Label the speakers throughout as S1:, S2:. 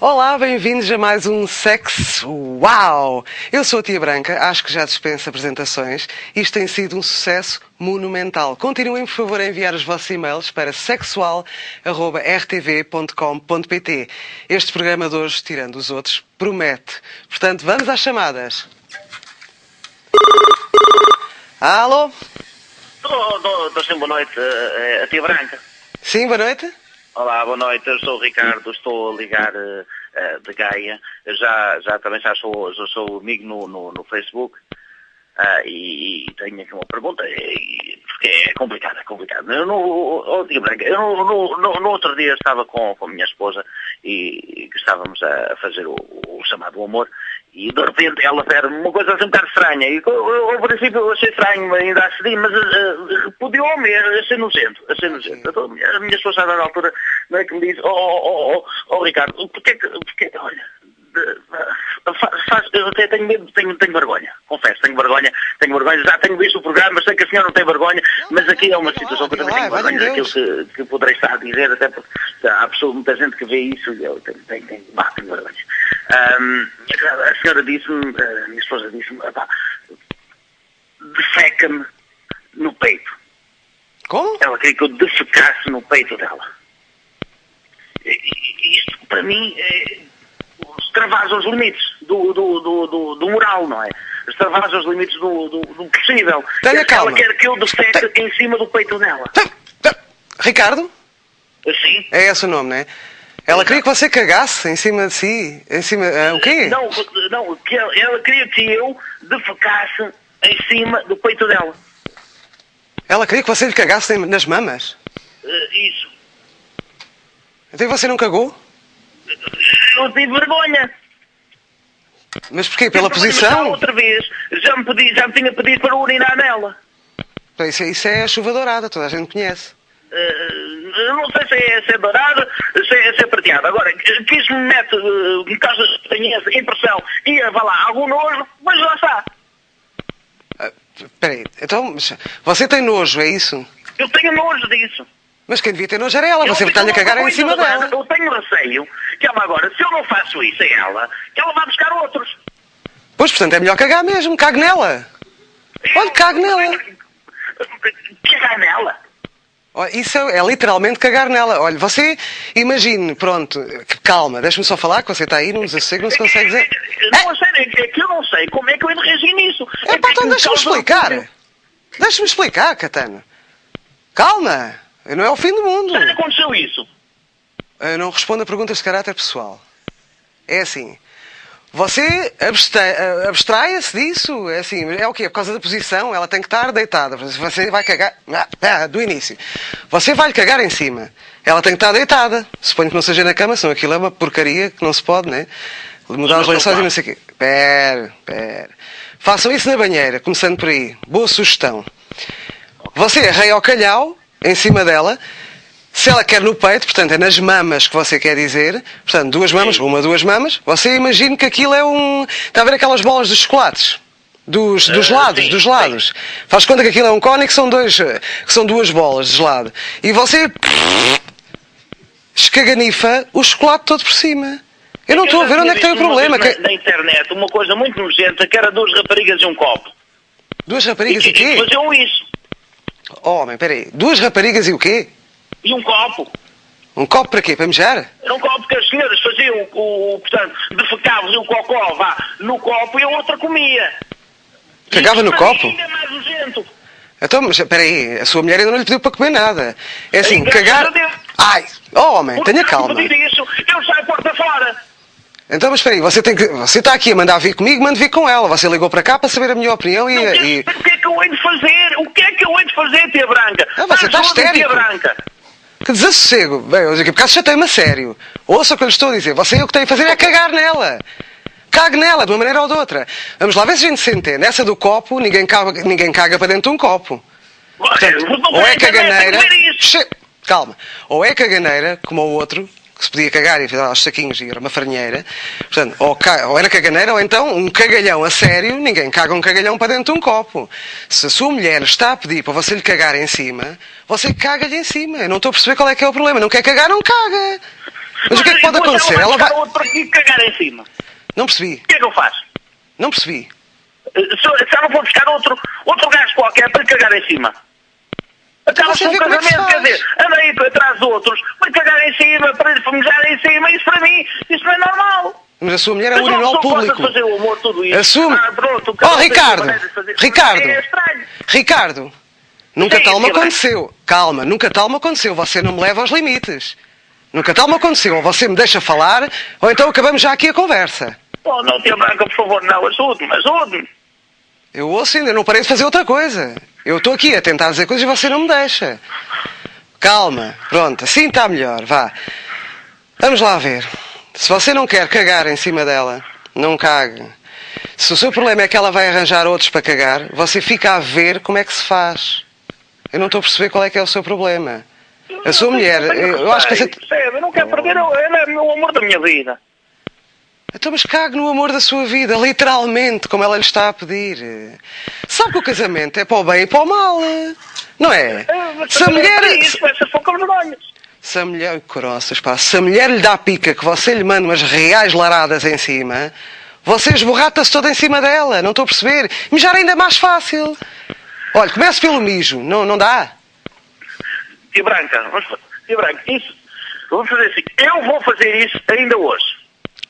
S1: Olá, bem-vindos a mais um Sexo Uau! Eu sou a Tia Branca, acho que já dispensa apresentações. Isto tem sido um sucesso monumental. Continuem, por favor, a enviar os vossos e-mails para sexual.rtv.com.pt. Este programa de hoje, tirando os outros, promete. Portanto, vamos às chamadas. Alô?
S2: Estou, estou, estou sim, boa noite, eh, a Tia Branca.
S1: Sim, boa noite?
S2: Olá, boa noite, eu sou o Ricardo, estou a ligar eh, eh, de Gaia. Eu já, já também já sou, já sou amigo no, no, no Facebook. Ah, e, e tenho aqui uma pergunta, e- porque é complicado, é complicado. Eu não, oh, Tia Branca, eu não- no, no- no outro dia estava com, com a minha esposa e, e que estávamos a fazer o, o chamado amor e de repente ela fez uma coisa assim um bocado estranha. E, eu, eu, ao princípio eu achei estranho, ainda acedi, mas eh, repudiou-me, achei nojento, achei nojento. Então, a minha- a minha esposa a dada altura não é que me diz, oh, oh, oh, oh, oh, Ricardo, porque é que, porque, é que- olha, ah, Fa- faz- eu até tenho medo, tenho, tenho vergonha, confesso, tenho vergonha, tenho vergonha, já tenho visto o programa, sei que a senhora não tem vergonha, mas aqui é uma situação que eu também
S1: diga
S2: tenho
S1: lá,
S2: vergonha
S1: valha-me
S2: daquilo que, que poderei estar a dizer, até porque há pessoa, muita gente que vê isso e eu tenho, tenho, tenho, bah, tenho vergonha. Ahm, a senhora disse-me, a minha esposa disse-me, "Ah, pá, defeca-me no peito.
S1: Como?
S2: Ela queria que eu defecasse no peito dela. E- e- Isto, para mim, é, extravasa os limites do, do, do, do, do moral, não é? Extravasa os limites do, do, do possível.
S1: Tenha
S2: ela
S1: calma.
S2: quer que eu defeque em cima do peito dela.
S1: Ah, Ricardo?
S2: Assim?
S1: É esse o nome, não é? Ela queria que você cagasse em cima de si. Em cima. ah, o quê?
S2: Não, não que ela, ela queria que eu defecasse em cima do peito dela.
S1: Ela queria que você lhe cagasse em- nas mamas.
S2: Eh, Isso.
S1: Então e você não cagou?
S2: Eu tive vergonha.
S1: Mas porquê? Pela
S2: Tive vergonha, mas já
S1: posição?
S2: Outra vez, já me, pedi, já me tinha pedido para urinar nela.
S1: Pá, Isso, é- isso é a chuva dourada, toda a gente conhece.
S2: Eh, eu não sei se é, se é dourado, se é, se é prateado. Agora, que que isso me mete, eh, me causa tenho essa impressão e eh, vá lá, algum nojo, mas lá está.
S1: Ah, Espera aí, então, mas você tem nojo, é isso?
S2: Eu tenho nojo disso.
S1: Mas quem devia ter nojo era ela,
S2: Eu
S1: você
S2: tenho
S1: está-lhe a
S2: outra
S1: cagar em
S2: coisa,
S1: cima
S2: Joana,
S1: dela.
S2: Eu tenho um receio que ela agora, se eu não faço isso a ela, que ela vai buscar outros.
S1: Pois, portanto, é melhor cagar mesmo, cago nela. Olha, cago nela.
S2: Cagar nela.
S1: Ó, Isso é, é literalmente cagar nela. Olha, você imagine, pronto, calma, deixa-me só falar que você está aí num desassossego, não se consegue dizer.
S2: Não, a sério, é que eu não sei como é que eu hei de reagir nisso.
S1: É pá,
S2: que
S1: então
S2: me
S1: deixa-me
S2: causa-
S1: explicar. Deixa-me explicar, Catana. Calma, não é o fim do mundo.
S2: Sério, aconteceu isso.
S1: Eu Eh, não respondo a perguntas de caráter pessoal. É assim. Você abste- eh, abstrai-se disso? É assim, é o quê? Por causa da posição, ela tem que estar deitada. Você vai cagar. Ah, ah, do início. Você vai lhe cagar em cima. Ela tem que estar deitada. Suponho que não seja na cama, senão aquilo é uma porcaria que não se pode, né? Mudar os
S2: Mas não
S1: lençóis e não
S2: pode.
S1: sei o quê. Pera, pera. Façam isso na banheira, começando por aí. Boa sugestão. Você arreia o calhau em cima dela. Se ela quer no peito, portanto é nas mamas que você quer dizer, portanto duas mamas, uma, duas mamas, você imagina que aquilo é um. Está a ver aquelas bolas dos chocolates? Dos, dos
S2: Ah,
S1: lados,
S2: sim,
S1: dos lados. Faz conta que aquilo é um cone e que são, dois, eh, que são duas bolas de gelado. E você escaganifa o chocolate todo por cima. Eu não estou a
S2: já
S1: ver onde
S2: tinha
S1: é que tem o
S2: visto uma
S1: problema.
S2: vez
S1: que-
S2: Na, na internet, uma coisa muito nojenta que era duas raparigas e um copo.
S1: Duas raparigas e
S2: que,
S1: o quê?
S2: faziam isso.
S1: Oh, homem, peraí. Duas raparigas e o quê?
S2: E um copo.
S1: Um copo para quê? Para mejar?
S2: Era um copo que as senhoras faziam, o, o, portanto, defecavam e o cocó vá no copo e a outra comia.
S1: Cagava
S2: Isso
S1: no
S2: para
S1: copo?
S2: mim Ainda é mais nojento.
S1: Então, mas espera aí, a sua mulher ainda não lhe pediu para comer nada. É assim,
S2: Ainda
S1: cagar.
S2: não deu.
S1: Ai, oh homem,
S2: Por
S1: tenha
S2: que
S1: calma.
S2: pedir isso, eu saio porta fora.
S1: Então, mas espera aí, você, tem que, você está aqui a mandar vir comigo, manda vir com ela. Você ligou para cá para saber a minha opinião e.
S2: Não quero
S1: e-
S2: saber O que é que eu hei de fazer? O que é que eu hei de fazer, Tia Branca?
S1: Ah, você está
S2: Ajuda-me, Tia
S1: histérico.
S2: Branca.
S1: Que desassossego. Bem, eu digo, por acaso já tenho-me a sério. Ouça o que eu lhe estou a dizer. Você o que tem a fazer é cagar nela. Cague nela, de uma maneira ou de outra. Vamos lá ver se a gente se entende. Essa do copo, ninguém caga, ninguém caga para dentro de um copo. Portanto,
S2: Não
S1: ou é
S2: quero saber,
S1: caganeira.
S2: tenho que ver isso.
S1: Che- Calma. Ou é caganeira, como o outro, que se podia cagar e virar aos saquinhos e era uma farinheira. Portanto, ou, ca- ou era caganeira, ou então um cagalhão a sério, ninguém caga um cagalhão para dentro de um copo. Se a sua mulher está a pedir para você lhe cagar em cima, você caga-lhe em cima. Eu não estou a perceber qual é que é o problema. Não quer cagar, não caga. Mas o que é que pode
S2: mas ela
S1: acontecer?
S2: vai
S1: Ela
S2: buscar
S1: vai-
S2: outro aqui e cagar em cima. O
S1: Não percebi.
S2: que é que eu faço?
S1: Não percebi.
S2: Eh, Se, se ela for buscar outro, outro gajo qualquer para lhe cagar em cima. Acaba
S1: você
S2: com o
S1: vê como é que se
S2: casamento, quer
S1: faz.
S2: dizer, anda aí para trás de outros, para lhe cagar em cima, para lhe fumejar em cima, isso para mim, isso não é normal.
S1: Mas a sua mulher é
S2: Mas
S1: um
S2: uma
S1: urinol
S2: pessoa pode
S1: público.
S2: fazer o amor, tudo isso.
S1: Assume.
S2: Ah, pronto, cada
S1: oh,
S2: um tem a sua
S1: Ricardo.
S2: maneira de fazer.
S1: Ricardo.
S2: É estranho.
S1: Ricardo. Nunca
S2: Sim,
S1: tal me
S2: Silva.
S1: aconteceu. Calma, nunca tal me aconteceu. Você não me leva aos limites. Nunca tal me aconteceu. Ou você me deixa falar, ou então acabamos já aqui a conversa.
S2: Oh, não tem branca, por favor, não, ajude-me, ajude-me.
S1: Eu ouço ainda, não parei de fazer outra coisa. Eu estou aqui a tentar dizer coisas e você não me deixa. Calma, pronto, assim está melhor, vá. Vamos lá ver. Se você não quer cagar em cima dela, não cague. Se o seu problema é que ela vai arranjar outros para cagar, você fica a ver como é que se faz. Eu não estou a perceber qual é que é o seu problema. A sua mulher, eu acho que você.
S2: Percebe, eu não quero perder, eu- ela é o amor da minha vida.
S1: Então, mas cague no amor da sua vida, literalmente, como ela lhe está a pedir. Sabe que o casamento é para o bem e para o mal, não é?
S2: Eh, mas
S1: Se a
S2: também é
S1: mulher.
S2: para Isso, essas são cabronhas.
S1: Se a mulher. Coroças, pá, se a mulher lhe dá pica que você lhe manda umas reais laradas em cima, você esborrata-se toda em cima dela, não estou a perceber. Mijar ainda é mais fácil. Olha, comece pelo mijo, não, não dá?
S2: Tia Branca, vamos fa- Tia Branca, isso. Vamos fazer assim. Eu vou fazer isso ainda hoje.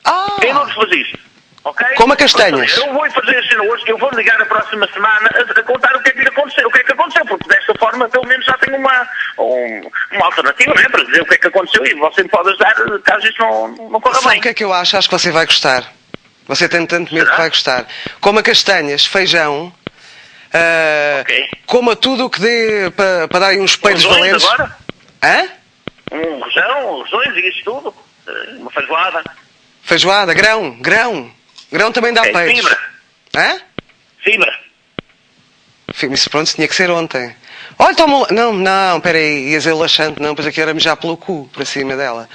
S1: Ah!
S2: Eu não te fazer isso. Ok?
S1: Coma castanhas.
S2: Eu vou fazer isso hoje, eu vou ligar a próxima semana a, a contar o que é que lhe aconteceu. O que é que aconteceu? Porque desta forma, pelo menos, já tenho uma, um- uma alternativa, não é? Para dizer o que é que aconteceu e você me pode ajudar eh, caso isto não, não corra
S1: Sabe
S2: bem.
S1: o que é que eu acho? Acho que você vai gostar. Você tem tanto medo que
S2: Será?
S1: vai gostar. Coma castanhas, feijão. ah,
S2: Ok.
S1: Coma tudo o que dê para dar aí uns peitos
S2: Rojões
S1: valentes.
S2: agora?
S1: Hã?
S2: Um rojão, rojões e isso tudo. Eh, Uma feijoada.
S1: Feijoada, grão, grão. Grão também dá
S2: É,
S1: peitos.
S2: fibra.
S1: Hã?
S2: Fibra.
S1: Fim, isso pronto, tinha que ser ontem. Olha, toma um la- Não, não, peraí, ia dizer laxante, não, pois aqui era mijar pelo cu, para cima dela.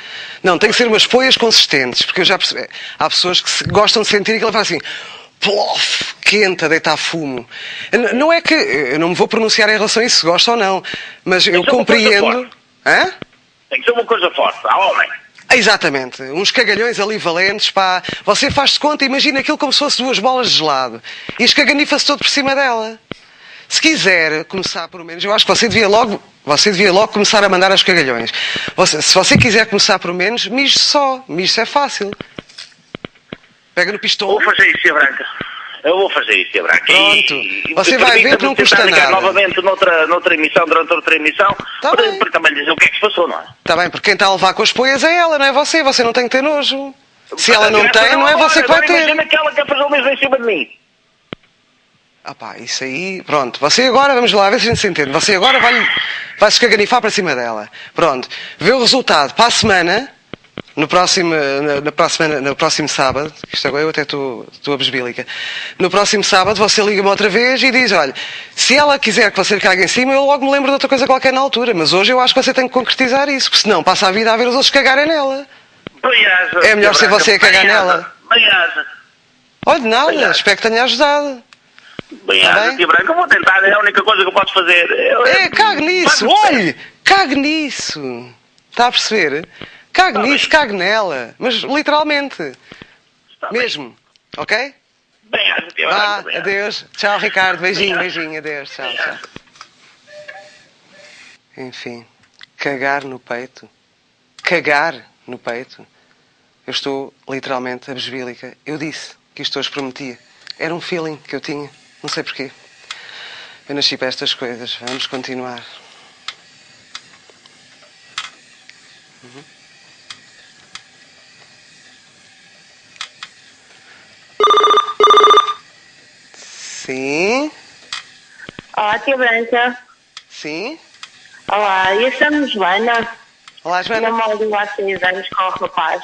S1: Não, tem que ser umas poias consistentes, porque eu já percebi. Há pessoas que se- gostam de sentir que ela faz assim. Plof, quente a deitar fumo. N- Não é que. Eu não me vou pronunciar em relação a isso, se gosta ou não, mas eu
S2: Mas é uma coisa
S1: compreendo.
S2: forte.
S1: Hã?
S2: Tem que ser uma coisa forte. Há homem.
S1: Exatamente, uns cagalhões ali valentes, pá. Você faz-se conta, imagina aquilo como se fosse duas bolas de gelado. E escaganifa-se todo por cima dela. Se quiser começar, pelo menos, eu acho que você devia logo, você devia logo começar a mandar aos cagalhões. Você- se você quiser começar, pelo menos, mijo só. Mijo é fácil. Pega no pistão.
S2: Vou fazer isso, Tia Branca. Eu vou fazer isso, Tia Branca.
S1: Pronto.
S2: E- e
S1: Você vai ver que
S2: permita-me
S1: não custa
S2: tentar ligar
S1: nada.
S2: novamente noutra, noutra emissão, durante outra emissão,
S1: Tá
S2: para,
S1: bem.
S2: para também dizer o que é que se passou, não é?
S1: Está tá bem, porque quem está a levar com as poias é ela, não é você. Você não tem que ter nojo. Se ela não
S2: Agora,
S1: tem, não é
S2: agora,
S1: você que vai
S2: agora
S1: ter.
S2: Imagina que ela quer fazer o mesmo em cima de mim.
S1: Ah pá, isso aí, pronto, você agora, vamos lá, ver se a gente se entende, você agora vai, vai se escaganifar para cima dela, pronto, vê o resultado para a semana, no próximo, na, na próxima, no próximo sábado, isto agora eu até estou estou a besbílica, no próximo sábado você liga-me outra vez e diz, olha, se ela quiser que você lhe cague em cima, eu logo me lembro de outra coisa qualquer na altura, mas hoje eu acho que você tem que concretizar isso, porque senão passa a vida a ver os outros cagarem nela.
S2: Bem, asa,
S1: É melhor
S2: Tia
S1: ser
S2: Branca,
S1: você a cagar
S2: bem, asa,
S1: nela. Tá
S2: Bem, asa.
S1: Olha, nada,
S2: Obrigado.
S1: espero que tenha ajudado.
S2: Bem,
S1: Tá
S2: asa,
S1: bem?
S2: Tia Branca. Eu vou tentar, é a única coisa que eu posso fazer. Eu-
S1: É,
S2: eu-
S1: cague nisso,
S2: Mas-
S1: olhe, cague nisso. Está a perceber? Cague
S2: Tá
S1: nisso,
S2: bem.
S1: cague nela. Mas literalmente,
S2: Tá bem.
S1: mesmo. Ok?
S2: Bem, asa, Tia
S1: Vá,
S2: Branca. bem, asa.
S1: adeus. Tchau, Ricardo. Beijinho,
S2: Obrigado.
S1: beijinho, adeus. Tchau, tchau.
S2: Obrigado.
S1: Enfim, cagar no peito. Cagar no peito. Eu estou literalmente abesbílica. Eu disse que isto hoje prometia. Era um feeling que eu tinha. Não sei porquê. Eu nasci para estas coisas. Vamos continuar. Uhum. Sim,
S3: Olá, tia Branca.
S1: sim.
S3: Olá, eu chamo Joana.
S1: Olá, Joana.
S3: Namoro há seis anos com o rapaz.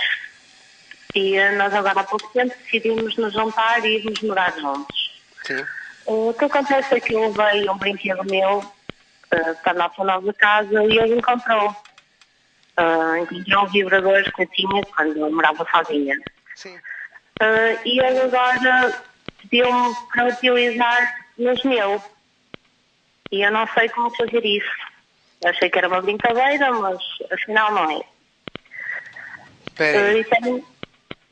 S3: E eh, nós agora há pouco tempo decidimos nos juntar e irmos morar juntos.
S1: Sim.
S3: O que acontece é que eu levei um brinquedo meu eh, para a nossa nova casa e ele encontrou. Eh, encontrou um vibrador que eu tinha quando eu morava sozinha.
S1: Sim.
S3: Eh, e ele agora pediu-me para utilizar nos meu. E eu não sei como fazer isso. Eu achei que era uma brincadeira, mas afinal não é. Ah,
S1: Espera aí.
S3: e tenho-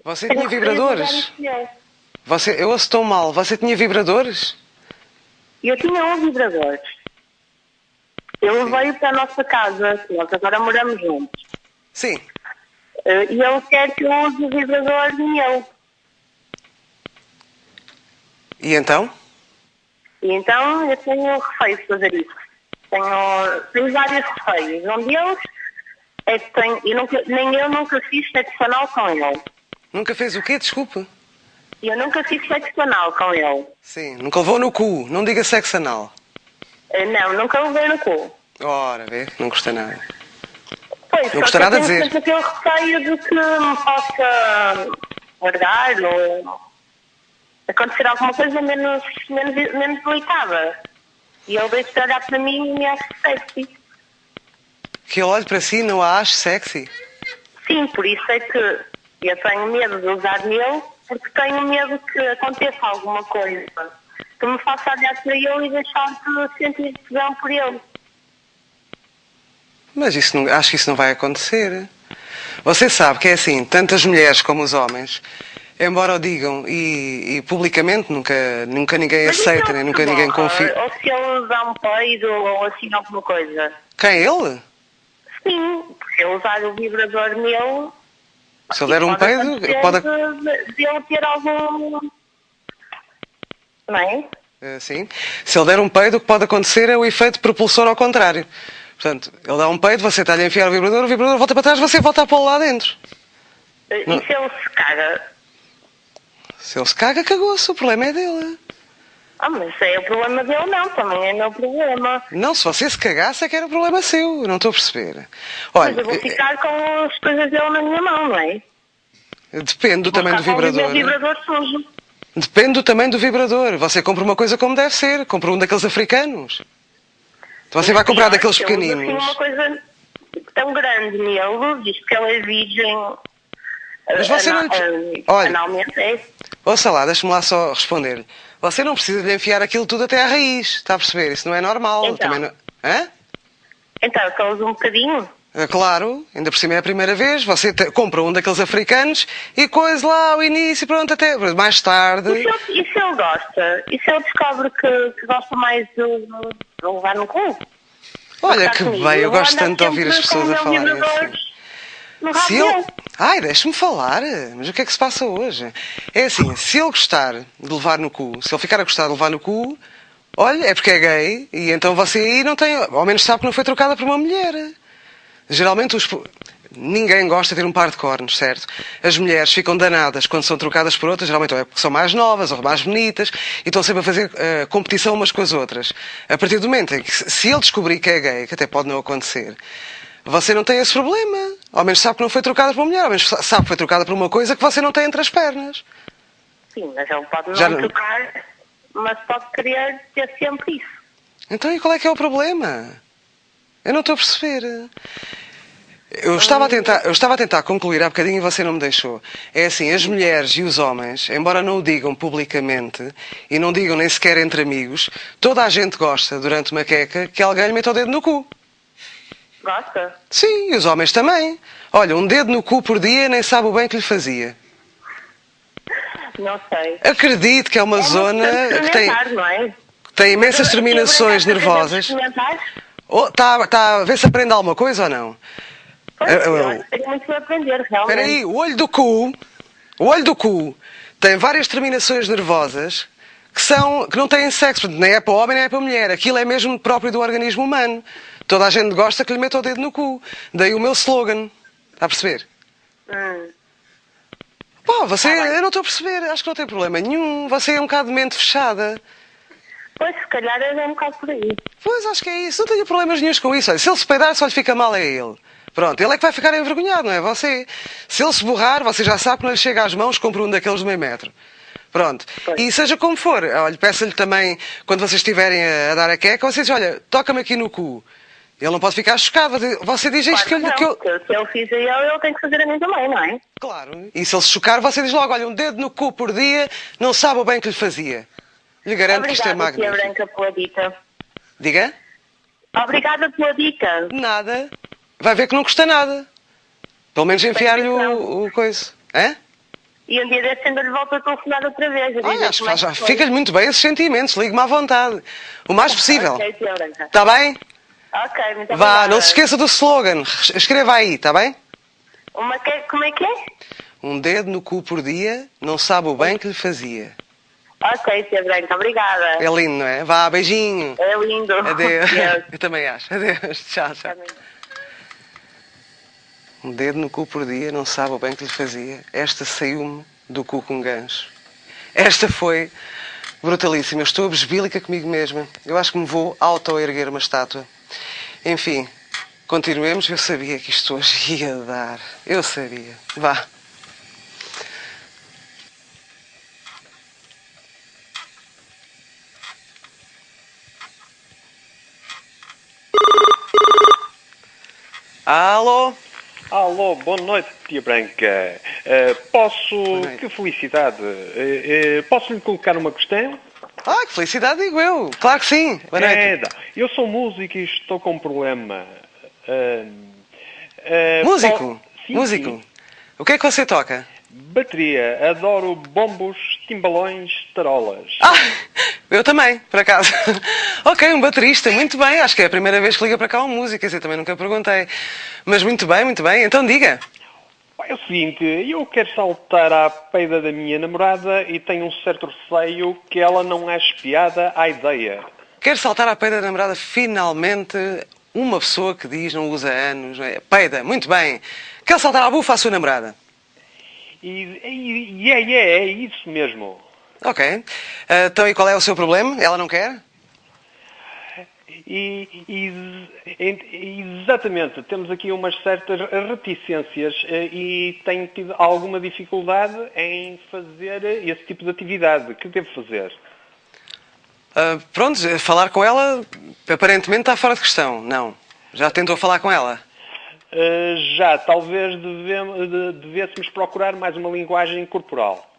S1: Você
S3: tenho
S1: tinha
S3: receio de usar
S1: vibradores?
S3: isso mesmo.
S1: Você, eu ouço tão mal. Você tinha vibradores?
S3: Eu tinha um vibrador. Ele veio para a nossa casa, nós agora moramos juntos.
S1: Sim.
S3: Eh, E ele quer que eu use o vibrador meu.
S1: E então?
S3: E então eu tenho receio de fazer isso. Tenho, tenho vários receios. Um deles é que tenho, eu nunca, nem eu nunca fiz sexo anal com ele.
S1: Nunca fez o quê? Desculpe.
S3: E Eu nunca fiz sexo anal com ele.
S1: Sim. Nunca levou no cu. Não diga sexo anal.
S3: Eh, Não, nunca levei no cu.
S1: Ora, vê. Não custa nada.
S3: Pois,
S1: Não
S3: só
S1: custa
S3: que
S1: nada
S3: eu tenho
S1: dizer.
S3: sempre aquele receio de que me possa guardar ou acontecer alguma coisa menos, menos, menos delicada. E ele deixa de olhar para mim e acho sexy.
S1: Que eu olho para si e não a acho sexy.
S3: Sim, por isso é que eu tenho medo de usar nele, porque tenho medo que aconteça alguma coisa que me faça olhar para ele e deixar de sentir tesão por ele.
S1: Mas isso não- acho que isso não vai acontecer. Você sabe que é assim, tanto as mulheres como os homens, embora o digam e, e publicamente nunca, nunca ninguém
S3: Mas isso
S1: aceita,
S3: é
S1: nem
S3: um
S1: nunca
S3: tabú,
S1: ninguém confia.
S3: Ou se ele usar um peido ou assim alguma coisa.
S1: Quem ele?
S3: Sim, porque eu usar o vibrador meu.
S1: Se ele der um
S3: pode
S1: peido,
S3: acontecer
S1: pode.
S3: De, de eu ter algum. Não é?
S1: eh, Sim. Se ele der um peido, o que pode acontecer é o efeito propulsor ao contrário. Portanto, ele dá um peido, você está-lhe a enfiar o vibrador, o vibrador volta para trás, você volta a pô-lo lá dentro. Não.
S3: E se ele se caga?
S1: Se ele se caga, cagou-se, o problema é dele.
S3: Ah, mas isso é o problema dele, não, também é meu problema.
S1: Não, se você se cagasse é que era problema seu, eu não estou a perceber.
S3: Mas
S1: Olha,
S3: eu vou
S1: eh,
S3: ficar com as coisas dele na minha mão, não é?
S1: eh, depende do tamanho do
S3: vou ficar
S1: vibrador. não
S3: Com o
S1: é?
S3: meu vibrador sujo.
S1: Depende do tamanho do vibrador. Você compra uma coisa como deve ser. Compra um daqueles africanos. Então você vai comprar
S3: Pior,
S1: daqueles
S3: eu uso, Assim,
S1: pequeninos.
S3: uma coisa tão grande nele, visto que ele é virgem. Ah,
S1: Mas você não lhe- Olha.
S3: Finalmente é.
S1: Ouça lá, deixa-me lá só responder-lhe. Você não precisa de lhe enfiar aquilo tudo até à raiz. Está a perceber? Isso não é normal.
S3: Então.
S1: Também não... Hã?
S3: Então, só uso um bocadinho.
S1: É Claro, ainda por cima é a primeira vez. Você te- compra um daqueles africanos e coisa lá ao início, pronto, até mais
S3: E
S1: tarde.
S3: se ele, e se ele gosta? E se ele descobre que, que gosta mais de, de levar no cu?
S1: Olha
S3: Está
S1: que
S3: comigo.
S1: bem, eu
S3: vou
S1: gosto
S3: andar
S1: tanto de ouvir as
S3: sempre com
S1: pessoas a
S3: o meu
S1: falarem
S3: vibrador
S1: assim.
S3: No rabo
S1: Se ele...
S3: dele.
S1: Ai, deixe-me falar. Mas o que é que se passa hoje? É assim, se ele gostar de levar no cu, se ele ficar a gostar de levar no cu, olha, é porque é gay e então você aí não tem. Ao menos sabe que não foi trocada por uma mulher. Geralmente os. po- Ninguém gosta de ter um par de cornos, certo? As mulheres ficam danadas quando são trocadas por outras, geralmente ou é porque são mais novas ou mais bonitas e estão sempre a fazer eh, competição umas com as outras. A partir do momento em que, se se ele descobrir que é gay, que até pode não acontecer, você não tem esse problema. Ao menos sabe que não foi trocada por uma mulher, ao menos sa- sabe que foi trocada por uma coisa que você não tem entre as pernas.
S3: Sim, mas ele pode não
S1: Já não-
S3: tocar, mas pode querer ter sempre isso.
S1: Então e qual é que é o problema? Eu não estou a perceber. Eu estava a, tentar, eu estava a tentar concluir há bocadinho e você não me deixou. É assim, as mulheres e os homens, embora não o digam publicamente e não digam nem sequer entre amigos, toda a gente gosta, durante uma queca, que alguém lhe meta o dedo no cu.
S3: Gosta?
S1: Sim, e os homens também. Olha, um dedo no cu por dia nem sabe o bem que lhe fazia.
S3: Não sei.
S1: Acredito que é uma
S3: É muito
S1: zona
S3: tempo
S1: que tem,
S3: experimentar, não é?
S1: tem imensas
S3: Eu- eu por acaso
S1: terminações
S3: tenho tempo
S1: nervosas.
S3: experimentar.
S1: Oh, tá, tá, a ver se aprende alguma coisa ou não.
S3: Pois,
S1: Eu- eu-
S3: eu acho que tenho muito a aprender, realmente.
S1: é, Espera aí, o olho do cu, o olho do cu tem várias terminações nervosas que, são, que não têm sexo, portanto, nem é para o homem nem é para a mulher. Aquilo é mesmo próprio do organismo humano. Toda a gente gosta que lhe meta o dedo no cu. Daí o meu slogan. Está a perceber?
S3: Hum.
S1: Pá, você,
S3: Tá bem.
S1: eu não estou a perceber, acho que não tem problema nenhum. Você é um bocado de mente fechada.
S3: Pois, se calhar é um bocado por aí.
S1: Pois, acho que é isso. Não tenho problemas nenhums com isso. Olha, se ele se peidar, só lhe fica mal a ele. Pronto, ele é que vai ficar envergonhado, não é você? Se ele se borrar, você já sabe que não lhe chega às mãos, compra um daqueles de meio metro. Pronto.
S3: Pois.
S1: E seja como for, olha, peça-lhe também, quando vocês estiverem a, a dar a queca, você diz, olha, toca-me aqui no cu. Ele não pode ficar chocado. Você- Você diz isto que, eu,
S3: Claro
S1: lhe- que eu...
S3: não, Se eu fiz a ele, ele tem que fazer a mim também, não é?
S1: Claro. E se ele se chocar, você diz logo, olha, um dedo no cu por dia, não sabe o bem que lhe fazia. Lhe garanto que isto é
S3: Obrigada, Tia
S1: magnífico.
S3: Branca, pela dica.
S1: Diga?
S3: Obrigada pela dica.
S1: Nada. Vai ver que não custa nada. Pelo menos enfiar-lhe o, o coisa. Hã?
S3: E um dia desse ainda lhe volto a telefonar outra vez. a dizer
S1: Olha, Ah, acho que
S3: como é
S1: faz-
S3: que foi.
S1: fica-lhe muito bem esses sentimentos. Ligue-me à vontade. O mais possível.
S3: Ok, Tá tia Branca.
S1: Está bem?
S3: Ok, muito
S1: Vá,
S3: obrigada.
S1: não se esqueça do slogan. Res- Escreva aí, está bem?
S3: Uma que... Como é que é?
S1: Um dedo no cu por dia não sabe o bem que lhe fazia.
S3: Ok, tia Branca, obrigada.
S1: É lindo, não é? Vá, beijinho.
S3: É lindo. é
S1: Adeus.
S3: Adeus.
S1: Eu também acho. Adeus. Tchau, tchau.
S3: Também.
S1: Um dedo no cu por dia não sabe o bem que lhe fazia. Esta saiu-me do cu com gancho. Esta foi brutalíssima. Eu estou besbílica comigo mesma. Eu acho que me vou auto-erguer uma estátua. Enfim, continuemos. Eu sabia que isto hoje ia dar. Eu sabia. Vá. Alô?
S4: Alô, boa noite, tia Branca. Eh, posso.
S1: noite.
S4: Que felicidade. Eh, eh, posso lhe colocar uma questão?
S1: Ah, que felicidade, digo eu. Claro que sim. Boa noite.
S4: É, dá. eu sou músico e estou com um problema. Ah, ah,
S1: Músico?
S4: po- Sim,
S1: Músico.
S4: sim.
S1: O que é que você toca?
S4: Bateria. Adoro bombos, timbalões, tarolas.
S1: Ah, eu também, por acaso. ok, um baterista, muito bem. Acho que é a primeira vez que liga para cá um músico, quer dizer, também nunca perguntei. Mas muito bem, muito bem. Então diga.
S4: É o seguinte, eu quero saltar à peida da minha namorada e tenho um certo receio que ela não ache piada à ideia.
S1: Quero saltar à peida da namorada, finalmente, uma pessoa que diz não usa anos. não é? Peida, muito bem. Quero saltar à bufa à sua namorada.
S4: E, e, e é, é, é isso mesmo.
S1: Ok. Ah, então e qual é o seu problema? Ela não quer?
S4: E, e- e- exatamente, temos aqui umas certas reticências eh, e tenho tido alguma dificuldade em fazer esse tipo de atividade. Que devo fazer?
S1: Ah, pronto, falar com ela aparentemente está fora de questão. Não. Já tentou falar com ela?
S4: Eh, já, talvez devem- de- devêssemos procurar mais uma linguagem corporal.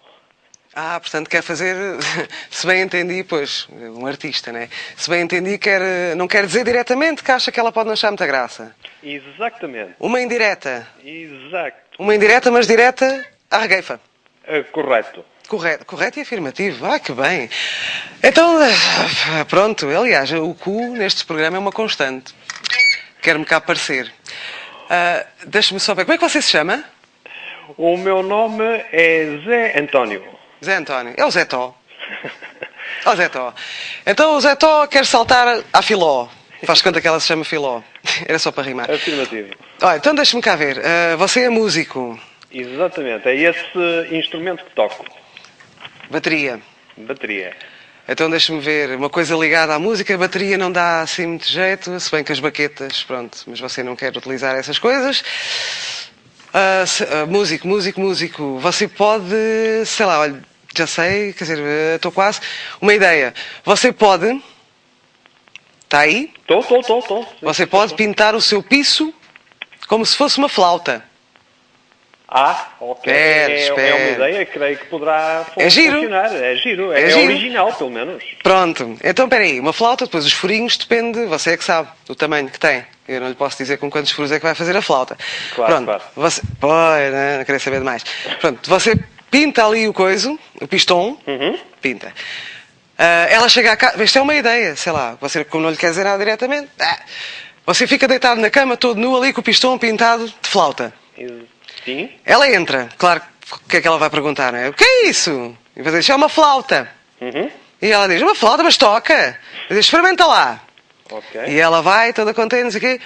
S1: Ah, portanto quer fazer, se bem entendi, pois, um artista, né? Se bem entendi, quer, eh, não quer dizer diretamente que acha que ela pode não achar muita graça.
S4: Exatamente,
S1: Uma indireta.
S4: exato.
S1: Uma indireta, mas direta à regueifa.
S4: Eh, correto.
S1: Correto, correto e afirmativo. Ah, que bem. Então, eh, pronto, aliás, o cu neste programa é uma constante. Quero-me cá aparecer. Ah, Deixa-me só ver. Como é que você se chama?
S4: O meu nome é Zé António.
S1: Zé António. É o Zé Tó. Ó Zé Tó. Então o Zé Tó quer saltar à Filó. Faz conta que ela se chama Filó. Era só para rimar.
S4: Afirmativo.
S1: Olha, então deixa-me cá ver. Ah, você é músico,
S4: Exatamente, é esse instrumento que toco.
S1: bateria.
S4: Bateria.
S1: Então deixa-me ver. Uma coisa ligada à música, a bateria não dá assim muito jeito, se bem que as baquetas, pronto. Mas você não quer utilizar essas coisas. Ah, se- ah, músico, músico, músico. Você pode, sei lá, olha, já sei, quer dizer, eh, estou quase. Uma ideia. Você pode. Está aí?
S4: Estou, estou, estou, estou.
S1: Você pode pintar o seu piso como se fosse uma flauta.
S4: Ah, ok.
S1: Espera,
S4: é,
S1: espera.
S4: é uma ideia, creio que poderá fun-
S1: É giro.
S4: funcionar. É giro, é,
S1: É
S4: é
S1: giro.
S4: original, pelo menos.
S1: Pronto, então peraí, uma flauta, depois os furinhos, depende, você é que sabe do tamanho que tem. Eu não lhe posso dizer com quantos furos é que vai fazer a flauta.
S4: Claro,
S1: Pronto,
S4: claro.
S1: você. Pois, né, não queria saber demais. Pronto, você pinta ali o coiso, o pistão,
S4: Uhum.
S1: pinta. Ah, ela chega a casa. Isto é uma ideia, sei lá, você, como não lhe quer dizer nada diretamente, ah, você fica deitado na cama, todo nu ali com o pistão pintado de flauta.
S4: E- Sim.
S1: Ela entra, claro, o que é que ela vai perguntar, não é? O que é isso? E vai dizer, "Isso é uma flauta.
S4: Uhum.
S1: E ela diz, uma flauta, mas toca. Eu digo, experimenta lá.
S4: Ok.
S1: E é- ela vai, toda contente, não sei o quê.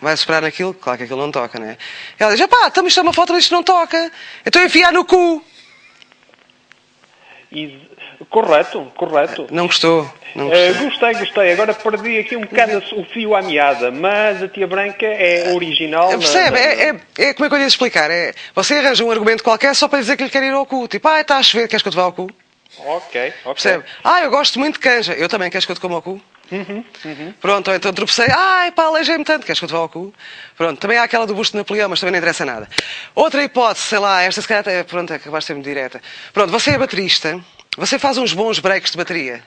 S1: Vai soprar naquilo, claro que aquilo não toca, não é? Ela diz, pá, estamos isto é uma flauta, mas isto não toca. Então enfiar no cu.
S4: E- Correto, correto.
S1: Não gostou. Não gostou.
S4: Eh, gostei, gostei. Agora perdi aqui um bocado o fio à meada, mas a tia branca é original. na-
S1: Percebe?
S4: na-
S1: É, é- é- como é que eu lhe ia explicar? É, você arranja um argumento qualquer só para dizer que lhe quer ir ao cu. Tipo, ah, está a chover, queres que eu te vá ao cu?
S4: Ok, ok.
S1: Percebe? Ah, eu gosto muito de canja. Eu também, queres que eu te coma ao cu? Pronto, ou então tropecei. Ai, pá, aleijei-me tanto. Queres que eu te vá ao cu? Pronto, também há aquela do busto de Napoleão, mas também não interessa nada. Outra hipótese, sei lá, esta se calhar até, pronto, é acabaste de ser muito direta. Pronto, você é baterista. Você faz uns bons breaks de bateria.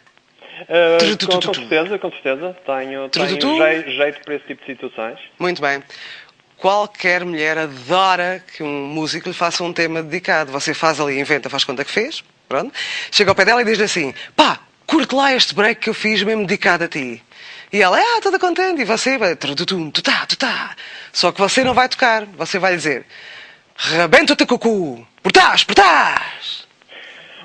S4: Eh,
S1: Tru, tu,
S4: com,
S1: tu,
S4: com
S1: tu.
S4: certeza, com certeza. Tenho,
S1: Tru, tu,
S4: tenho
S1: tu.
S4: jei- jeito para esse tipo de situações.
S1: Muito bem. Qualquer mulher adora que um músico lhe faça um tema dedicado. Você faz ali, inventa, faz conta que fez, pronto. Chega ao pé dela e diz-lhe assim: pá, curte lá este break que eu fiz mesmo dedicado a ti. E ela, ah, toda contente. E você vai, tu tá, tu tá. Só que você não vai tocar. Você vai dizer: rebenta-te cucu, portás, portás.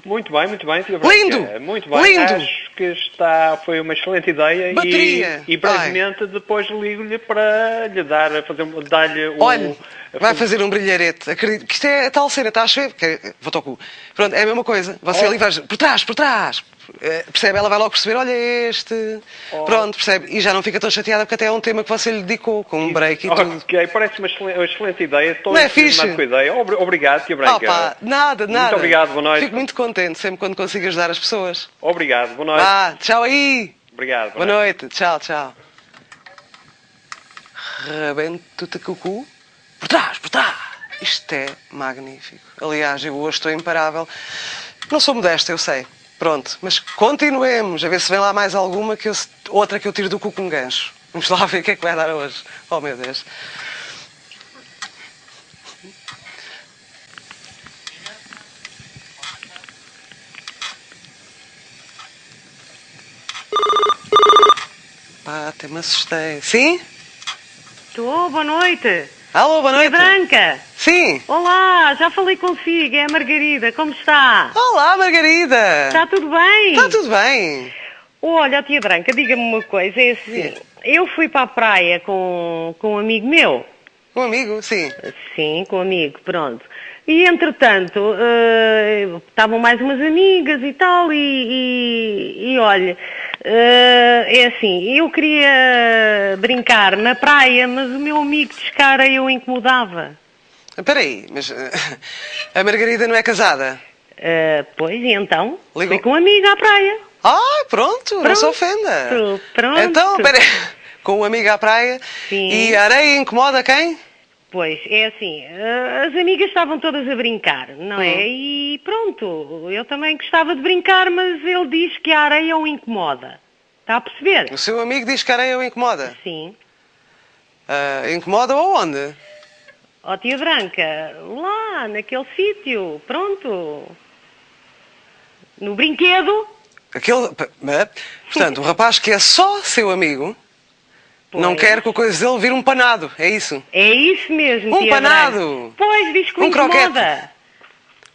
S4: Muito bem, muito bem. Sra.
S1: Lindo!
S4: Branca. Muito bem.
S1: Lindo!
S4: Acho que está, foi uma excelente ideia. e-
S1: Bateria!
S4: E, brevemente depois ligo-lhe para lhe dar, fazer, um- dar-lhe o...
S1: Olha, vai fazer um brilharete. Acredito que isto é a tal cena, está a chover. que- é, Vou-te ao cu. Pronto, é a mesma coisa. Você
S4: Oh.
S1: ali vais por trás, por trás. Eh, Percebe? Ela vai logo perceber, olha este.
S4: Oh.
S1: Pronto, percebe? E já não fica tão chateada porque até é um tema que você lhe dedicou, com um break
S4: Oh,
S1: e tudo.
S4: Ok, parece uma excelente, uma excelente ideia. Estou
S1: Não é
S4: entusiasmado
S1: fixe?
S4: com a ideia. Obri- Obrigado, Tia Branca.
S1: Opa, nada, nada.
S4: é. Muito obrigado, boa noite.
S1: Fico muito contente sempre quando consigo ajudar as pessoas.
S4: Obrigado, boa noite.
S1: Vá, tchau aí.
S4: Obrigado,
S1: Boa noite, tchau, tchau. Rebento-te com o cu. Por trás, por trás. Isto é magnífico. Aliás, eu hoje estou imparável. Não sou modesta, eu sei. Pronto, mas continuemos a ver se vem lá mais alguma que eu se- outra que eu tiro do cu com um gancho. Vamos lá ver o que é que vai dar hoje. Oh meu Deus. Pá, até me assustei. Sim?
S5: Estou, boa noite.
S1: Alô, boa
S5: É
S1: noite.
S5: Branca.
S1: Sim.
S5: Olá, já falei consigo, é a Margarida, como está?
S1: Olá, Margarida.
S4: Tá
S5: Está tudo bem?
S1: Está tudo bem.
S5: Olha, tia Branca, diga-me uma coisa, é assim,
S1: Diga.
S5: eu fui para a praia com, com um amigo meu,
S1: Um amigo, sim.
S5: sim, com um amigo, pronto, e entretanto, eh, estavam mais umas amigas e tal, e, e, e olha, eh, é assim, eu queria brincar na praia, mas o meu amigo de escara eu incomodava.
S1: Espera aí, mas eh, a Margarida não é casada?
S5: Ah, pois, e então?
S1: Ligou.
S5: Fui com um amigo à praia.
S1: Ah, pronto, não se
S5: Pronto,
S1: ofenda.
S5: pronto.
S1: Então, espera aí. Com um amigo à praia.
S5: Sim.
S1: E a areia incomoda quem?
S5: Pois, é assim, ah, as amigas estavam todas a brincar, não é? E pronto, eu também gostava de brincar, mas ele diz que a areia o incomoda. Está a perceber?
S1: O seu amigo diz que a areia o incomoda.
S5: Sim.
S1: Ah, incomoda ou onde?
S5: Ó tia Branca, lá, naquele sítio, pronto. No brinquedo.
S1: Aquele. p- mas, Portanto, o rapaz que é só seu amigo não
S5: Pois.
S1: quer que a coisa dele vire um panado, é isso?
S5: É isso mesmo,
S1: Um
S5: tia
S1: panado.
S5: Branca. Pois, diz que o
S1: Um croquete.
S5: incomoda.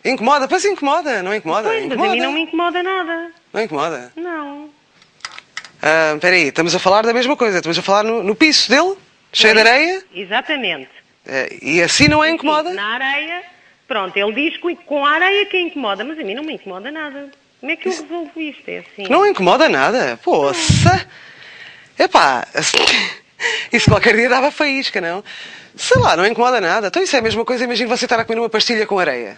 S1: Incomoda, pois incomoda, não incomoda?
S5: Pois, mas
S1: incomoda.
S5: a mim não me incomoda nada.
S1: Não incomoda.
S5: Não.
S1: Ah, Espera aí, estamos a falar da mesma coisa, estamos a falar no, no piso dele, cheio de
S5: Pois,
S1: areia,
S5: Exatamente.
S1: eh, e assim não é incomoda?
S5: Sim, na areia, pronto, ele diz que com a areia é que incomoda, mas a mim não me incomoda nada. Como é que eu resolvo isto? É assim.
S1: Não incomoda nada. Poça! Epá, assim, isso qualquer dia dava faísca, não? Sei lá, não incomoda nada. Então isso é a mesma coisa, imagina você estar a comer uma pastilha com areia.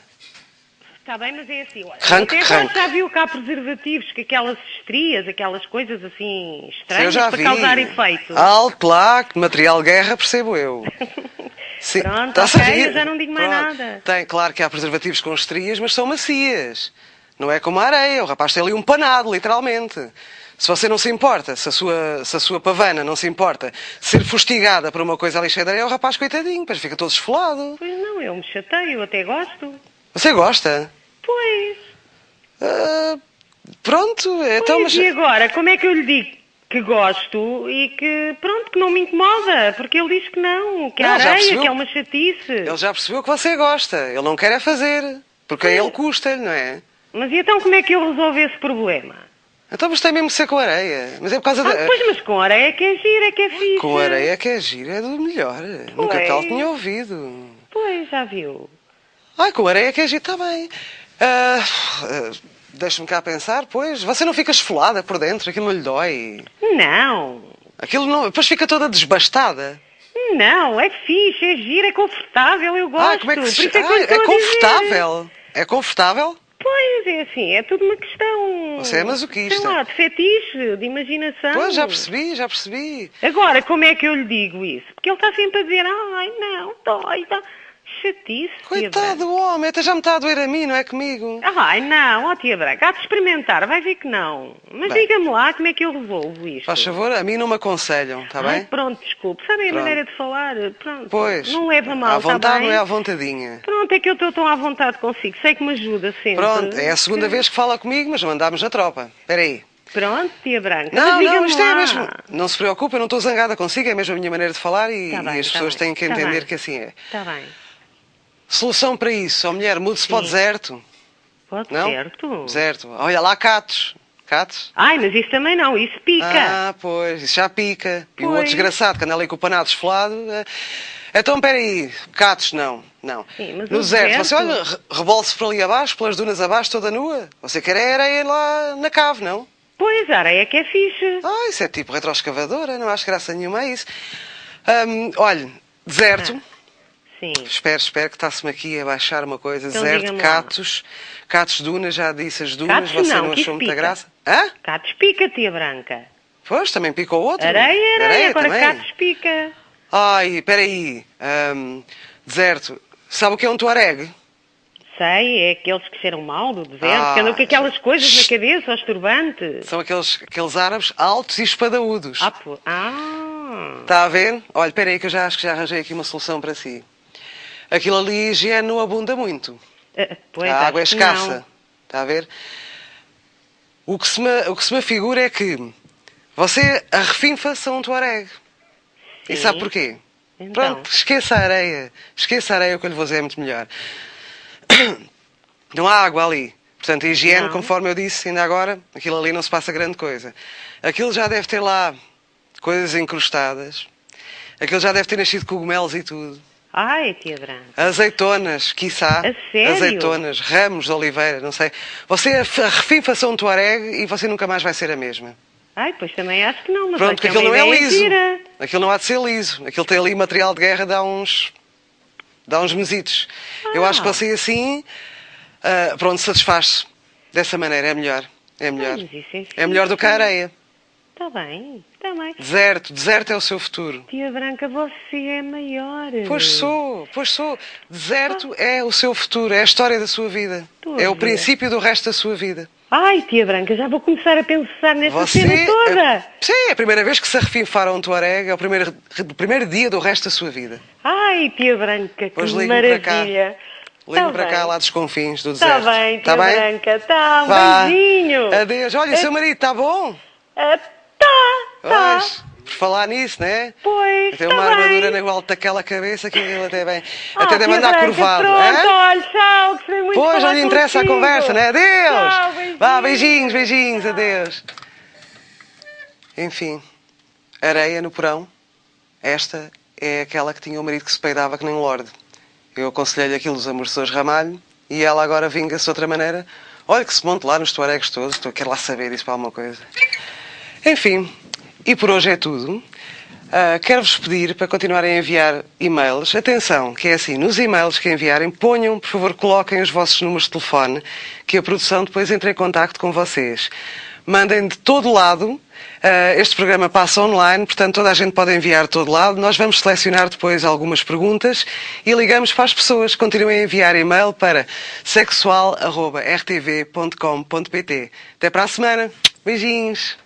S5: Está bem, mas é assim. olha,
S1: Ranque,
S5: até agora
S1: ranque.
S5: já viu cá preservativos, que aquelas estrias, aquelas coisas assim estranhas
S1: eu já
S5: para
S1: vi.
S5: causar efeito.
S1: Alto lá, que material guerra, percebo eu. Ah, Sim,
S5: Pronto,
S1: está-se a
S5: ok,
S1: rir.
S5: eu já não digo mais
S1: Pronto.
S5: nada.
S1: Tem, claro que há preservativos com estrias, mas são macias. Não é como a areia, o rapaz tem ali um panado, literalmente. Se você não se importa, se a sua, se a sua pavana não se importa ser fustigada por uma coisa ali cheia de areia, o rapaz coitadinho, pois fica todo esfolado.
S5: Pois não, eu me chateio, eu até gosto.
S1: Você gosta?
S5: Pois.
S1: Ah, pronto, então, mas...
S5: pois E agora, como é que eu lhe digo? Que gosto e que, pronto, que não me incomoda, porque ele diz que não, que a
S1: Não, já
S5: areia,
S1: percebeu.
S5: que é uma chatice.
S1: Ele já percebeu que você gosta, ele não quer é fazer, porque a ele custa-lhe, não é?
S5: Mas e então como é que eu resolvo esse problema?
S1: Então, mas tem mesmo que ser com areia. Mas é por causa
S5: Ah,
S1: da.
S5: pois, mas com areia é que é gira, é que é fixe.
S1: Com areia que é giro, é do melhor. Nunca tal tinha ouvido.
S5: Pois, já viu.
S1: Ai, com areia que é giro, está bem. Ah, ah, Deixa-me cá pensar, pois. Você não fica esfolada por dentro, aquilo não lhe dói.
S5: Não,
S1: Aquilo não. Depois fica toda desbastada.
S5: não, é fixe, é gira, é confortável, eu gosto.
S1: Ai, como é que
S5: Por
S1: se.
S5: isso é, que
S1: Ai,
S5: eu estou
S1: é
S5: a dizer.
S1: confortável. É confortável?
S5: Pois, é assim, é tudo uma questão...
S1: Você é masoquista.
S5: Sei lá, de fetiche, de imaginação.
S1: Pois, já percebi, já percebi.
S5: Agora, como é que eu lhe digo isso? Porque ele está sempre a dizer, ai, não, dói, dói. chatice. tia
S1: Coitado
S5: Branca.
S1: do homem, até já me está a doer a mim, não é comigo?
S5: Ai, não, ó tia Branca, há de experimentar, vai ver que não. Mas
S1: Bem.
S5: diga-me lá como é que eu resolvo isto.
S1: Faz favor, a mim não me aconselham, está
S5: Ai,
S1: bem?
S5: pronto, desculpe. Sabem a
S1: Pronto.
S5: maneira de falar? Pronto.
S1: Pois.
S5: Não leva a mal,
S1: À vontade
S5: tá bem?
S1: não é à vontadinha.
S5: Pronto, é que eu estou tão à vontade consigo. Sei que me ajuda sempre.
S1: Pronto, é a segunda vez que fala comigo, mas não andámos na tropa. Espera aí.
S5: Pronto, tia Branca.
S1: Não,
S5: mas diga-me
S1: não, isto é
S5: lá.
S1: mesmo. Não se preocupe, eu não estou zangada consigo, é mesmo a minha maneira de falar e,
S5: Tá bem,
S1: e as
S5: tá
S1: pessoas
S5: bem,
S1: têm que
S5: tá
S1: entender
S5: bem.
S1: que assim é.
S5: Está bem.
S1: Solução para isso, ó mulher, mude-se para o
S5: Sim.
S1: deserto.
S5: Pode
S1: Não?
S5: certo.
S1: Deserto. Olha lá, catos. Catos?
S5: Ai, mas isso também não, isso pica.
S1: Ah, pois, isso já pica. E o outro
S5: Pois.
S1: desgraçado que anda ali com o panado esfolado. é- Então, peraí, catos não, não.
S5: Sim, mas
S1: no
S5: o
S1: deserto,
S5: deserto-
S1: você olha, re- rebolse por ali abaixo, pelas dunas abaixo, toda nua. Você quer é areia lá na cave, não?
S5: Pois, a areia que é fixe.
S1: Ah, isso é tipo retroescavadora, não acho graça nenhuma a isso. Hum, olha, deserto.
S5: Ah. Sim.
S1: Espero, espero que está-me aqui a baixar uma coisa.
S5: Então
S1: deserto,
S5: diga-me lá.
S1: catos, catos dunas, já disse as dunas,
S5: Catos
S1: você
S5: não,
S1: não
S5: que
S1: achou
S5: isso
S1: muita
S5: pica.
S1: graça? Hã?
S5: Catos pica, tia Branca.
S1: Pois, também picou outro.
S5: Areia, areia, agora
S1: Então, também.
S5: catos pica.
S1: Ai, peraí. Hum, deserto. Sabe o que é um tuareg?
S5: Sei, é aqueles que cheiram mal do deserto,
S1: Ah.
S5: que andam com aquelas coisas na cabeça, aos turbantes.
S1: São aqueles, aqueles árabes altos e espadaúdos.
S5: Ah, pô. Ah.
S1: Está a ver? Olha, peraí que eu já acho que já arranjei aqui uma solução para si. Aquilo ali, higiene não abunda muito.
S5: Ah, Pois,
S1: a água é
S5: acho que não.
S1: escassa. Está a ver? O que, se me, o que se me figura é que você arrefinfa-se a um tuareg. E
S5: Sim.
S1: sabe porquê?
S5: Então.
S1: Pronto, esqueça a areia. Esqueça a areia, o que eu lhe vou dizer é muito melhor. Não há água ali. Portanto, a higiene,
S5: Não.
S1: conforme eu disse ainda agora, aquilo ali não se passa grande coisa. Aquilo já deve ter lá coisas encrustadas. Aquilo já deve ter nascido cogumelos e tudo.
S5: Ai, tia Branca.
S1: Azeitonas, quiçá.
S5: A sério?
S1: Azeitonas, ramos de oliveira, não sei. Você af- refinfa-se a um tuareg e você nunca mais vai ser a mesma.
S5: Ai, pois também acho que não, mas
S1: Pronto, porque
S5: acho que é
S1: aquilo
S5: uma
S1: não é
S5: ideia
S1: liso.
S5: gira.
S1: Aquilo não há de ser liso. Aquilo tem ali material de guerra, dá uns. dá uns mesitos. Eu
S5: Ah.
S1: acho que você assim. ah, pronto, satisfaz-se. Dessa maneira, é melhor. É melhor.
S5: Ai, mas isso é
S1: é melhor do que a
S5: fixe.
S1: areia.
S5: Está bem, está bem.
S1: Deserto, deserto é o seu futuro.
S5: Tia Branca, você é maior.
S1: Pois sou, pois sou. Deserto é o seu futuro, é a história da sua vida.
S5: Tua
S1: É o
S5: vida.
S1: princípio do resto da sua vida.
S5: Ai, tia Branca, já vou começar a pensar nessa cena
S1: é-
S5: toda.
S1: sim, é a primeira vez que se refinfaram um tuareg, é o primeiro, o primeiro dia do resto da sua vida.
S5: Tá Ai, tia Branca,
S1: Pois
S5: que
S1: ligue-me para cá.
S5: maravilha.
S1: Ligue-me
S5: Tá
S1: para cá,
S5: bem.
S1: lá dos confins do
S5: Está
S1: deserto.
S5: bem, tia
S1: Tá bem?
S5: Branca, tá, um
S1: Vá.
S5: beijinho.
S1: Adeus. Olha, o seu marido está bom?
S5: Ah, tá, tá,
S1: Pois, por falar nisso, né?
S5: pois,
S1: Tem
S5: tá
S1: uma armadura
S5: bem.
S1: na igual daquela cabeça que ele até bem.
S5: Ah,
S1: até deve
S5: tia
S1: andar
S5: Branca,
S1: curvado. é?
S5: Pronto,
S1: hã?
S5: olha, tchau, gostei muito de
S1: Pois, não
S5: falar
S1: lhe interessa
S5: contigo.
S1: a conversa, né? Adeus!
S5: Tchau, beijinho.
S1: Vá, beijinhos, beijinhos, adeus. Enfim, areia no porão. Esta é aquela que tinha o marido que se peidava que nem um lorde. Eu aconselhei-lhe aquilo dos amortecedores Ramalho e ela agora vinga-se de outra maneira. Olha que se monte lá nos tuaregues todos, estou quero lá saber isso para alguma coisa. Enfim, e por hoje é tudo. Ah, Quero-vos pedir para continuarem a enviar e-mails. Atenção, que é assim, nos e-mails que enviarem, ponham, por favor, coloquem os vossos números de telefone, que a produção depois entra em contacto com vocês. Mandem de todo lado. Ah, este programa passa online, portanto, toda a gente pode enviar de todo lado. Nós vamos selecionar depois algumas perguntas e ligamos para as pessoas. Continuem a enviar e-mail para sexual.rtv.com.pt. Até para a semana. Beijinhos.